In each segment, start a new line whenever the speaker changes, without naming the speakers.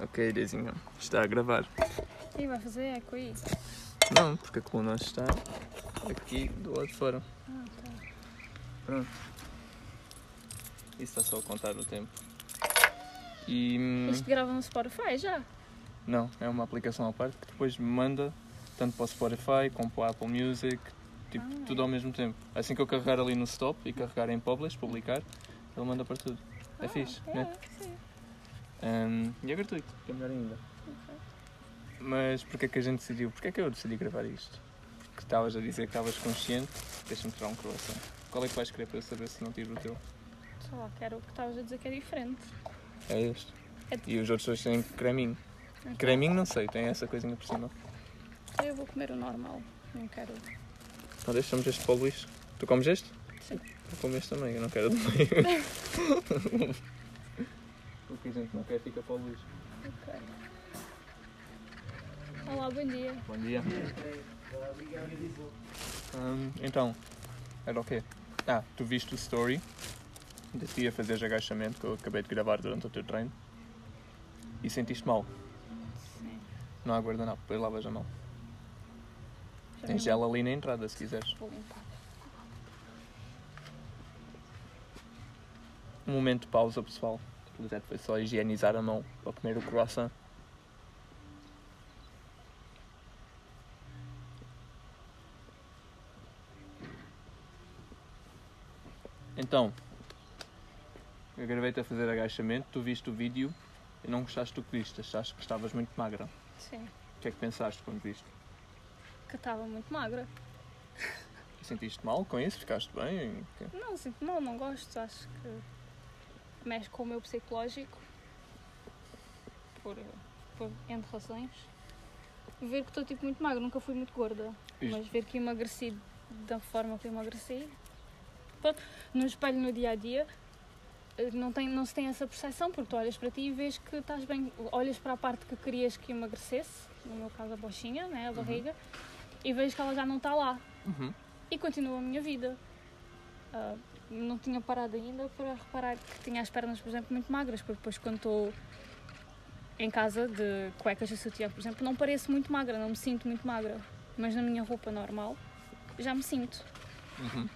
Ok, Irezinha, está a gravar.
E vai fazer eco aí?
Não, porque a coluna está aqui do lado de fora.
Ah, tá.
Pronto. Isso está só a contar o tempo. E. hum,
Isto grava no Spotify já?
Não, é uma aplicação à parte que depois me manda tanto para o Spotify como para o Apple Music, tipo,
Ah, é.
tudo ao mesmo tempo. Assim que eu carregar ali no stop e carregar em publish, publicar, ele manda para tudo. É
Ah,
fixe,
é,
né?
sim.
Hum, e é gratuito, é melhor ainda. Mas porquê é que a gente decidiu? Porquê é que eu decidi gravar isto? Porque estavas a dizer que estavas consciente. Deixa-me tirar um croissant. Qual é que vais querer para eu saber se não tiro o teu?
Sei lá, quero o que estavas a dizer que é diferente.
É este.
É de-
E os outros dois têm creminho. Creminho não sei, tem essa coisinha por cima.
Então Eu vou comer o normal. Não quero.
Não deixamos Então este para o Luís. Tu comes este?
Sim.
Eu como este também, eu não quero do meio. o que a gente não quer fica para o Luís.
Ok. Olá, bom dia.
Bom dia. Hum, então, era o quê? Ah, tu viste o story de ti a fazeres agachamento que eu acabei de gravar durante o teu treino e sentiste mal.
Sim.
Não há guardanapo, depois lavas a mão.
Já
Tem
me-
gel ali na entrada se quiseres.
Vou limpar.
Um momento de pausa, pessoal. O Zé foi só higienizar a mão para comer o croissant. Então, eu gravei-te a fazer agachamento, tu viste o vídeo e não gostaste do que viste, achaste que estavas muito magra.
Sim.
O que é que pensaste quando viste?
Que estava muito magra.
Sentiste mal com isso? Ficaste bem? O quê?
Não, sinto mal, não gosto. Acho que mexe com o meu psicológico por, por N razões. Ver que estou tipo muito magra, nunca fui muito gorda,
Isto-
mas ver que emagreci da forma que emagreci. Pronto, no espelho no dia a dia eh, não, tem, não se tem essa percepção porque tu olhas para ti e vês que estás bem, olhas para a parte que querias que emagrecesse, no meu caso a bochinha, né, a barriga, e vês que ela já não está lá
Uhum.
e continuo a minha vida. Ah, não tinha parado ainda para reparar que tinha as pernas, por exemplo, muito magras, porque depois quando estou em casa de cuecas e sutiã, por exemplo, não pareço muito magra, não me sinto muito magra, mas na minha roupa normal já me sinto.
Uhum.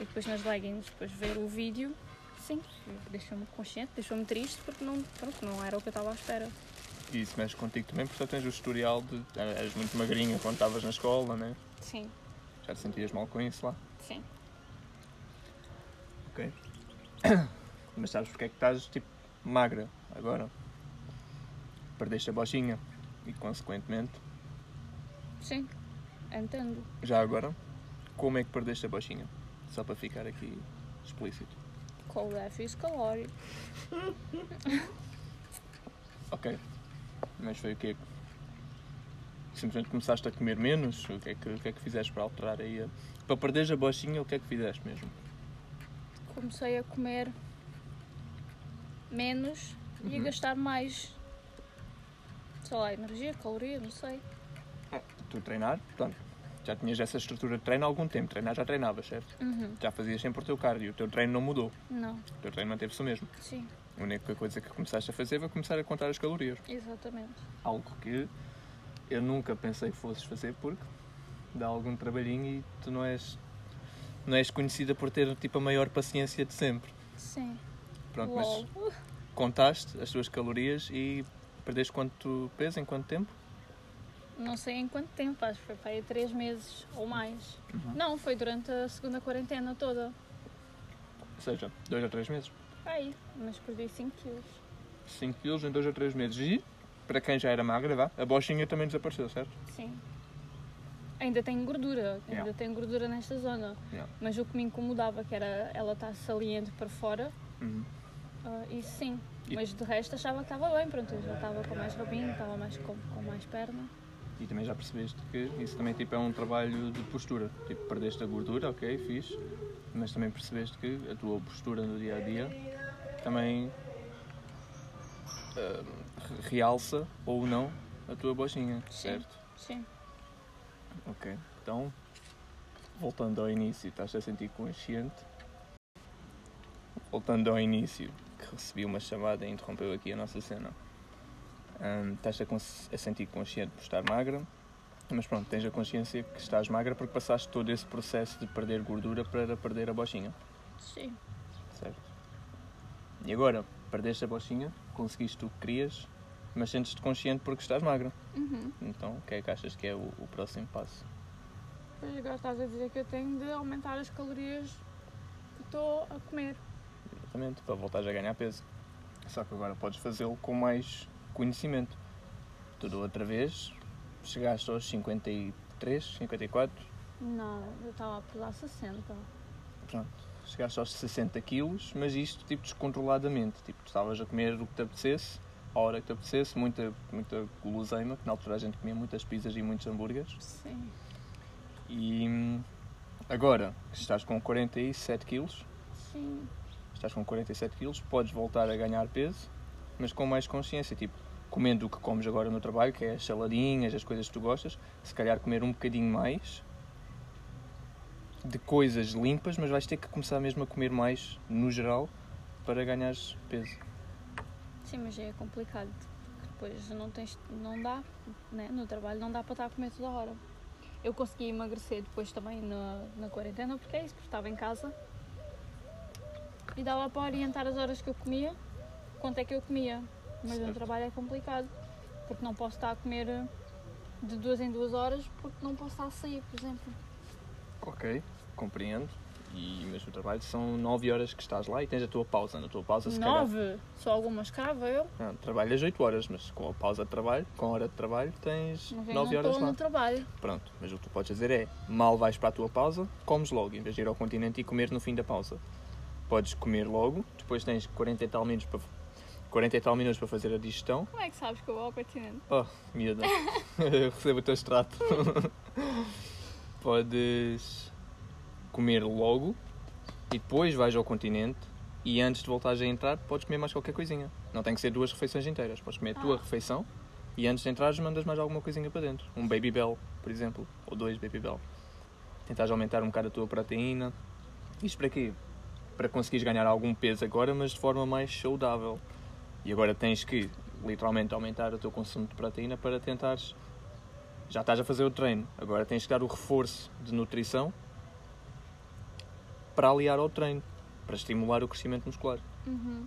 E depois nas leggings, depois ver o vídeo, sim, deixou-me consciente, deixou-me triste, porque não, pronto, não era o que eu estava à espera.
E isso mexe contigo também, porque só tens o historial de. eras muito magrinha quando estavas na escola, né?
Sim,
Já te sentias mal com isso lá?
sim.
Ok. Mas sabes porque é que estás tipo magra agora? Perdeste a bochinha e consequentemente,
Sim, entendo.
já agora, como é que perdeste a bochinha? Só para ficar aqui explícito.
Com o déficit calórico.
Ok. Mas foi o quê? Simplesmente começaste a comer menos? O que é que, o que, é que fizeste para alterar aí? a- Para perderes a bochinha, o que é que fizeste mesmo?
comecei a comer menos e a
Uhum.
gastar mais, sei lá, energia, caloria, não sei.
Tu treinar, portanto, já tinhas essa estrutura de treino há algum tempo. Treinar já treinavas, certo? Já fazias sempre o teu cardio. O teu treino não mudou.
Não,
O teu treino manteve-se o mesmo.
sim,
A única coisa que começaste a fazer foi começar a contar as calorias.
exatamente.
Algo que eu nunca pensei que fosses fazer porque dá algum trabalhinho e tu não és, não és conhecida por ter tipo, a maior paciência de sempre.
Sim,
Pronto,
lol.
mas contaste as tuas calorias e perdeste quanto peso em quanto tempo?
Não sei em quanto tempo, acho que foi para aí três meses ou mais.
Uhum.
Não, foi durante a segunda quarentena toda.
Ou seja, 2 a 3 meses.
Aí, mas perdi 5 quilos.
5 quilos em 2 a 3 meses. E para quem já era magra, vá, a bochinha também desapareceu, certo?
Sim. Ainda tenho gordura, ainda
Yeah.
tenho gordura nesta zona.
Yeah.
Mas o que me incomodava que era ela tá estar saliente para fora Ah, isso sim,
E-
mas de resto achava que estava bem, pronto, eu já estava com mais rabinho, estava mais com, com mais perna.
E também já percebeste que isso também tipo, é um trabalho de postura. Tipo, perdeste a gordura, ok, fixe, mas também percebeste que a tua postura no dia a dia também ah, re- realça ou não a tua bochinha,
Sim.
certo?
Sim,
Ok. Então, voltando ao início, estás a sentir consciente? Voltando ao início, que recebi uma chamada e interrompeu aqui a nossa cena. Hum, estás a, cons- a sentir consciente por estar magra, mas pronto, tens a consciência que estás magra porque passaste todo esse processo de perder gordura para perder a bochinha,
Sim.
certo? E agora, perdeste a bochinha, conseguiste o que querias, mas sentes-te consciente porque estás magra.
Uhum.
Então, o que é que achas que é o, o próximo passo?
Pois agora estás a dizer que eu tenho de aumentar as calorias que estou a comer.
Exatamente, para voltares a ganhar peso. Só que agora podes fazê-lo com mais conhecimento. Tu da outra vez chegaste aos 53, 54,
Não, eu estava a pesar 60.
pronto, chegaste aos 60 quilos, mas isto tipo descontroladamente, tipo, tu estavas a comer o que te apetecesse, a hora que te apetecesse, muita, muita guloseima, que na altura a gente comia muitas pizzas e muitos hambúrgueres,
Sim.
e hum, agora que estás com 47 quilos,
Sim.
estás com 47 quilos, podes voltar a ganhar peso, mas com mais consciência, tipo, comendo o que comes agora no trabalho, que é as saladinhas, as coisas que tu gostas, se calhar comer um bocadinho mais de coisas limpas, mas vais ter que começar mesmo a comer mais, no geral, para ganhares peso.
Sim, mas é complicado. porque Depois não tens. não dá, né? No trabalho não dá para estar a comer toda hora. Eu consegui emagrecer depois também na, na quarentena, porque é isso, porque estava em casa. E dava para orientar as horas que eu comia, quanto é que eu comia. Mas no
Certo.
trabalho é complicado, porque não posso estar a comer de duas em duas horas, porque não posso estar a sair, por exemplo.
Ok, compreendo. E mas o trabalho são 9 horas que estás lá e tens a tua pausa. Na tua pausa, Então, se calhar.
Nove? Só alguma escrava eu?
Não, trabalhas 8 horas, mas com a pausa de trabalho, com a hora de trabalho, tens
Mas
9
eu não
horas
estou
lá.
no trabalho.
Pronto, mas o que tu podes fazer é, mal vais para a tua pausa, comes logo, em vez de ir ao continente e comer no fim da pausa. Podes comer logo, depois tens 40 e tal minutos para, 40 e tal minutos para fazer a digestão.
Como é que sabes que eu vou ao continente?
Oh, miúda, recebo o teu extrato. Podes comer logo e depois vais ao continente e antes de voltares a entrar podes comer mais qualquer coisinha. Não tem que ser duas refeições inteiras, podes comer a tua
Ah.
refeição e antes de entrares mandas mais alguma coisinha para dentro. Um Baby Bell, por exemplo, ou dois Baby Bell. Tentares aumentar um bocado a tua proteína. Isto para quê? Para conseguires ganhar algum peso agora, mas de forma mais saudável. E agora tens que literalmente aumentar o teu consumo de proteína para tentares. Já estás a fazer o treino, agora tens que dar o reforço de nutrição para aliar ao treino, para estimular o crescimento muscular.
Uhum.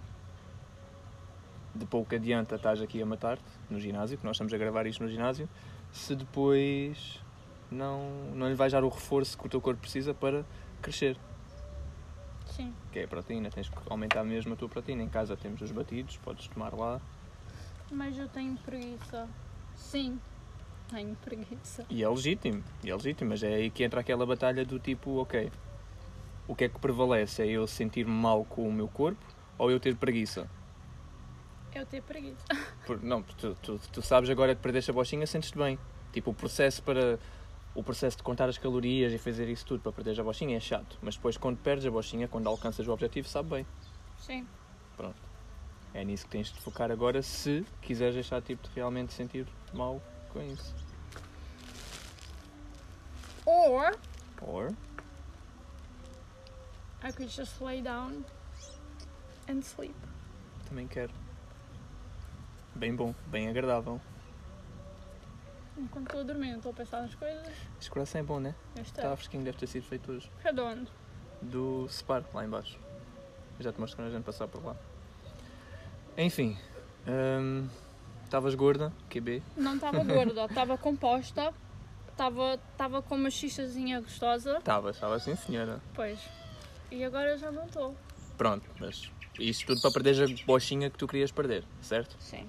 De pouco adianta estás aqui a matar-te no ginásio, que nós estamos a gravar isto no ginásio, se depois não, não lhe vais dar o reforço que o teu corpo precisa para crescer.
Sim.
Que é a proteína, tens que aumentar mesmo a tua proteína. Em casa temos os batidos, podes tomar lá.
Mas eu tenho preguiça. Sim, tenho preguiça.
E é legítimo, e é legítimo, mas é aí que entra aquela batalha do tipo, ok, o que é que prevalece? É eu sentir-me mal com o meu corpo ou eu ter preguiça?
Eu tenho preguiça.
Por- não, porque tu, tu, tu sabes agora que perdeste a bochinha, sentes-te bem. Tipo, o processo para o processo de contar as calorias e fazer isso tudo para perderes a bochinha é chato, mas depois quando perdes a bochinha, quando alcanças o objetivo, sabe bem.
Sim.
É nisso que tens de focar agora se quiseres deixar tipo de realmente sentir mal com isso.
Or
Or
I could just lay down and sleep.
também quero. Bem bom, bem agradável.
Enquanto estou a dormir, não estou a pensar nas coisas.
Este coração é bom, né?
Eu estou.
Está fresquinho, deve ter sido feito hoje.
Redondo.
do Spar, lá embaixo. Eu já te mostro quando a gente passar por lá. Enfim, hum, estavas gorda, QB,
Não estava gorda, estava composta. Estava tava com uma xistazinha gostosa.
estavas, estavas sim senhora.
Pois. E agora já não estou.
Pronto, mas isto tudo para perderes a bochinha que tu querias perder, certo?
Sim.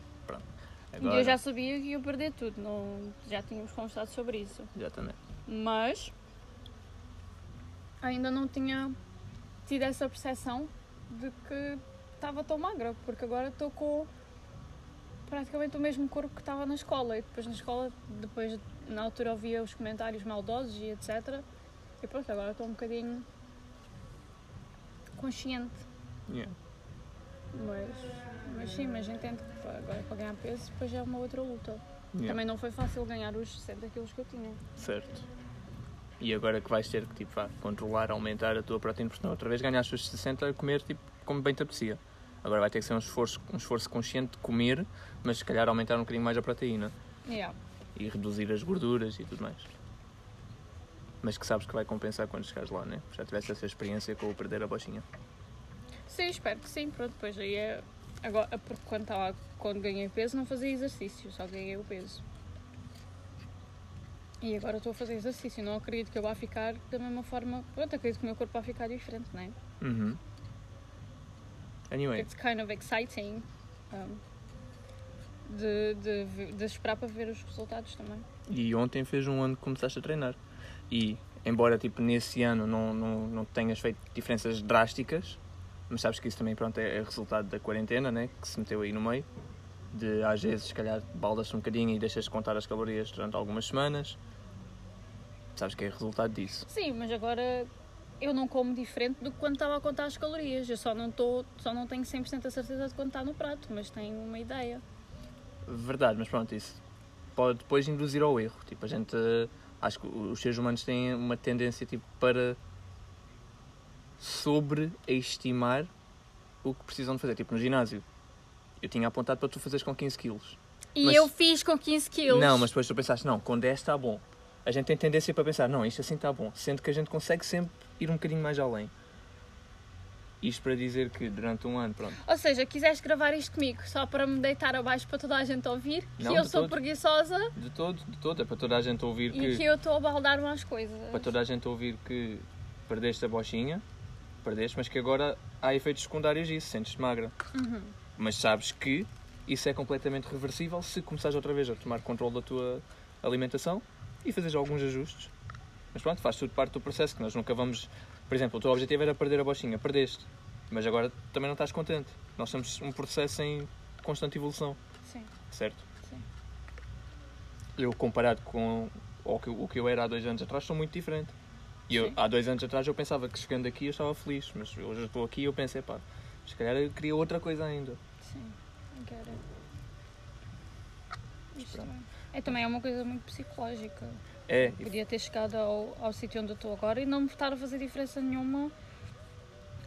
Agora,
E eu já sabia que ia perder tudo. Não, já tínhamos conversado sobre isso.
Exatamente.
mas ainda não tinha tido essa percepção de que estava tão magra, porque agora estou com praticamente o mesmo corpo que estava na escola. E depois na escola, depois na altura ouvia os comentários maldosos e etc. E pronto, agora estou um bocadinho consciente.
Yeah.
Mas, mas sim, mas entendo que pá, agora para ganhar peso depois já é uma outra luta.
Yeah.
Também não foi fácil ganhar os 60 quilos que eu tinha.
Certo. E agora que vais ter que tipo, vá, controlar, aumentar a tua proteína, porque senão outra vez ganhaste os 60 a comer tipo, como bem te apetecia. Agora vai ter que ser um esforço, um esforço consciente de comer, mas se calhar aumentar um bocadinho mais a proteína
Yeah.
e reduzir as gorduras e tudo mais. Mas que sabes que vai compensar quando chegares lá, né? Já tiveste essa experiência com o perder a bochinha.
Sim, espero que sim. Pronto, depois aí é. Agora, porque quando, estava, quando ganhei peso não fazia exercício, só ganhei o peso. E agora estou a fazer exercício, não acredito que eu vá ficar da mesma forma. Pronto, acredito que o meu corpo vai ficar diferente, não é?
Uhum. Anyway,
It's kind of exciting um, de, de, ve- de esperar para ver os resultados também.
e ontem fez um ano que começaste a treinar. E, embora tipo nesse ano não, não, não tenhas feito diferenças drásticas, mas sabes que isso também pronto, é, é resultado da quarentena, né? Que se meteu aí no meio. De às vezes, se calhar, baldas um bocadinho e deixas de contar as calorias durante algumas semanas. Sabes que é resultado disso.
Sim, mas agora eu não como diferente do que quando estava a contar as calorias. Eu só não, tô, só não tenho 100% a certeza de quanto está no prato, mas tenho uma ideia.
Verdade, mas pronto, isso pode depois induzir ao erro. Tipo, a gente. eh, Acho que os seres humanos têm uma tendência tipo, para sobreestimar o que precisam de fazer. Tipo, no ginásio, eu tinha apontado para tu fazeres com 15 quilos.
E
Mas-
eu fiz com 15 quilos.
Não, mas depois tu pensaste, não, com 10 está bom. A gente tem tendência para pensar, não, isto assim está bom. Sendo que a gente consegue sempre ir um bocadinho mais além. Isto para dizer que durante um ano, pronto.
Ou seja, quiseste gravar isto comigo só para me deitar abaixo para toda a gente ouvir
Não,
que eu
de
sou
todo.
preguiçosa
De todo, de todo, é para toda a gente ouvir
e que eu estou a baldar umas coisas.
para toda a gente ouvir que perdeste a bochinha, perdeste, mas que agora há efeitos secundários disso, sentes-te magra.
Uhum.
Mas sabes que isso é completamente reversível se começares outra vez a tomar controle da tua alimentação e fazeres alguns ajustes. Mas pronto, faz tudo parte do processo, que nós nunca vamos... Por exemplo, o teu objetivo era perder a bochinha, perdeste, mas agora também não estás contente. Nós temos um processo em constante evolução
Sim.
certo?
Sim.
Eu comparado com o que, eu- o que eu era há dois anos atrás sou muito diferente. E eu,
Sim.
há dois anos atrás eu pensava que chegando aqui eu estava feliz, mas hoje eu estou aqui e eu pensei, pá, se calhar eu queria outra coisa ainda.
Sim, agora. Isto
Pronto.
também. É também é uma coisa muito psicológica.
É, e
Podia ter chegado ao, ao sítio onde eu estou agora e não me estar a fazer diferença nenhuma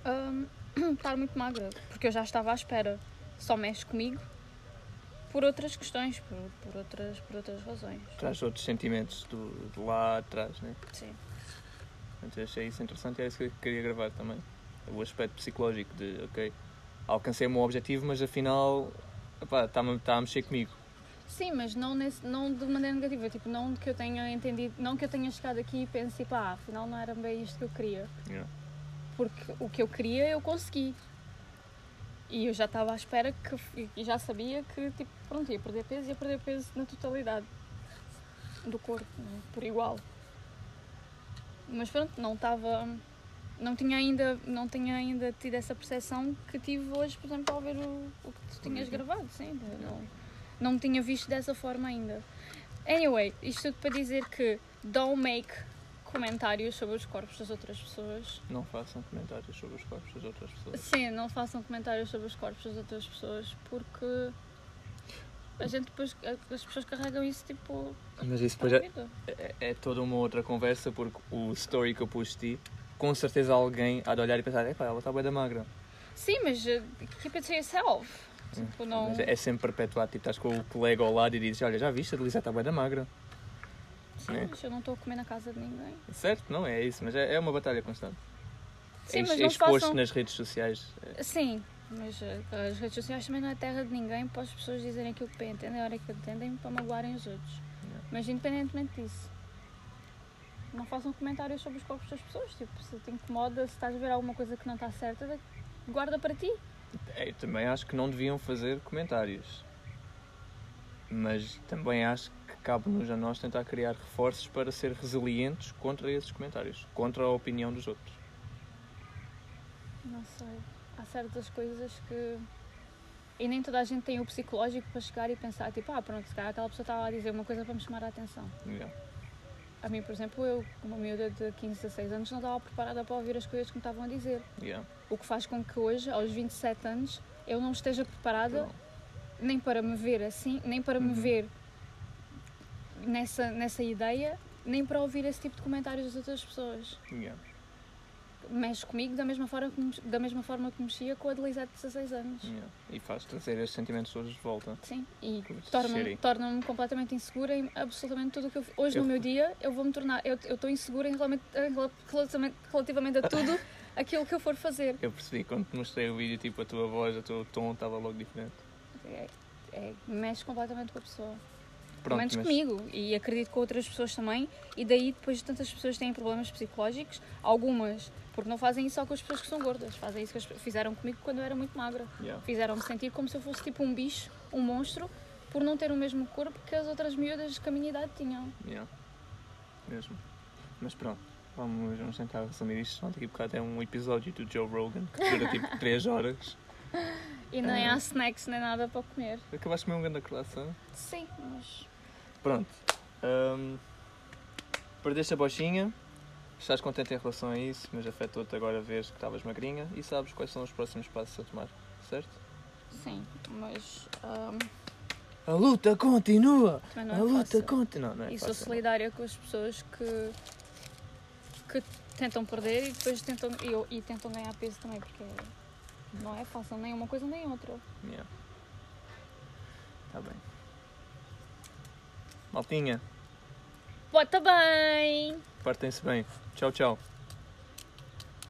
hum, estar muito magra, porque eu já estava à espera. Só mexe comigo por outras questões, por, por, outras, por outras razões.
traz outros sentimentos do, de lá atrás, né?
Sim.
Portanto, eu achei isso interessante e era isso que eu queria gravar também. O aspecto psicológico de, ok, alcancei o meu objetivo, mas afinal, pá, está-me está a mexer comigo.
Sim, mas não, nesse, não de maneira negativa, tipo, não que eu tenha entendido, não que eu tenha chegado aqui e pense, tipo, ah, afinal não era bem isto que eu queria.
Yeah.
Porque o que eu queria eu consegui. E eu já estava à espera que e já sabia que tipo, pronto, ia perder peso, ia perder peso na totalidade do corpo, né, por igual. Mas pronto, não estava não tinha ainda, não tinha ainda tido essa percepção que tive hoje, por exemplo, ao ver o, o que tu tinhas
vídeo.
gravado, sim, eu não não me tinha visto dessa forma ainda. Anyway, isto tudo para dizer que don't make comentários sobre os corpos das outras pessoas.
Não façam comentários sobre os corpos das outras pessoas.
Sim, não façam comentários sobre os corpos das outras pessoas porque a gente depois as pessoas carregam isso tipo
Mas isso
para
depois
a
é,
vida.
É- É toda uma outra conversa, porque o story que eu pus de ti, com certeza alguém há de olhar e pensar, epá, ela está bem da magra.
Sim, mas eh, keep it to yourself. Tipo, não.
Mas é sempre perpetuado, tipo, estás com o colega ao lado e dizes, olha, já viste, a Delisa está bem da magra.
Sim, mas eu não estou a comer na casa de ninguém.
Certo, não é isso, mas é, é uma batalha constante.
Sim,
É Ex-
mas não
Exposto
façam.
nas redes sociais. é,
Sim, mas eh, as redes sociais também não é terra de ninguém para as pessoas dizerem aquilo que entendem, a hora que entendem, para magoarem os outros.
Yeah.
Mas independentemente disso, não façam comentários sobre os corpos das pessoas. Tipo, se te incomoda, se estás a ver alguma coisa que não está certa, guarda para ti.
é, Eu também acho que não deviam fazer comentários. Mas também acho que cabe-nos a nós tentar criar reforços para ser resilientes contra esses comentários, contra a opinião dos outros.
Não sei. Há certas coisas que. E nem toda a gente tem o psicológico para chegar e pensar, tipo, ah, pronto, se calhar aquela pessoa estava a dizer uma coisa para me chamar a atenção.
Yeah.
A mim, por exemplo, eu, uma miúda de 15, 16 anos, não estava preparada para ouvir as coisas que me estavam a dizer.
Yeah.
O que faz com que hoje, aos 27 anos, eu não esteja preparada
Então,
nem para me ver assim, nem para me
Uhum.
ver nessa, nessa ideia, nem para ouvir esse tipo de comentários das outras pessoas.
yeah.
mexe comigo da mesma forma que, mex- da mesma forma que mexia com a Delisette de 16 anos.
Yeah. E faz trazer esses sentimentos todos de volta.
Sim, e
Putz,
torna-me
sério.
torna completamente insegura em absolutamente tudo o que eu. Hoje
Eu-
no meu dia eu vou me tornar. Eu eu estou insegura em relamen- em rela- relativamente, relativamente a tudo aquilo que eu for fazer.
Eu percebi quando te mostrei o vídeo, tipo, a tua voz, o teu tom estava logo diferente.
É, é, mexe completamente com a pessoa. Pelo
Pronto,
menos
mas-
comigo e acredito com outras pessoas também. E daí depois tantas pessoas têm problemas psicológicos, algumas, porque não fazem isso só com as pessoas que são gordas, fazem isso que as pe- fizeram comigo quando eu era muito magra.
Yeah.
Fizeram-me sentir como se eu fosse tipo um bicho, um monstro, por não ter o mesmo corpo que as outras miúdas que a minha idade tinham.
Yeah. Mesmo. Mas pronto, vamos, vamos tentar resumir isto. Não, daqui a bocado é um episódio do Joe Rogan que dura tipo 3 horas.
E nem
Ah.
há snacks nem nada para comer.
Acabaste de comer um grande croissant.
Sim, mas.
Pronto. Ahm, perdeste a bochinha. Estás contente em relação a isso, mas afetou-te agora vês que estavas magrinha e sabes quais são os próximos passos a tomar, certo?
Sim, mas. ahm,
A luta continua!
também
a
não é
luta
fácil.
continua! Não, não é
E sou
fácil.
solidária com as pessoas que. que tentam perder e depois tentam, e, e tentam ganhar peso também, porque não é fácil nem uma coisa nem outra.
Yeah. Tá bem. Maltinha,
Bota bem!
partem-se bem. Tchau, tchau.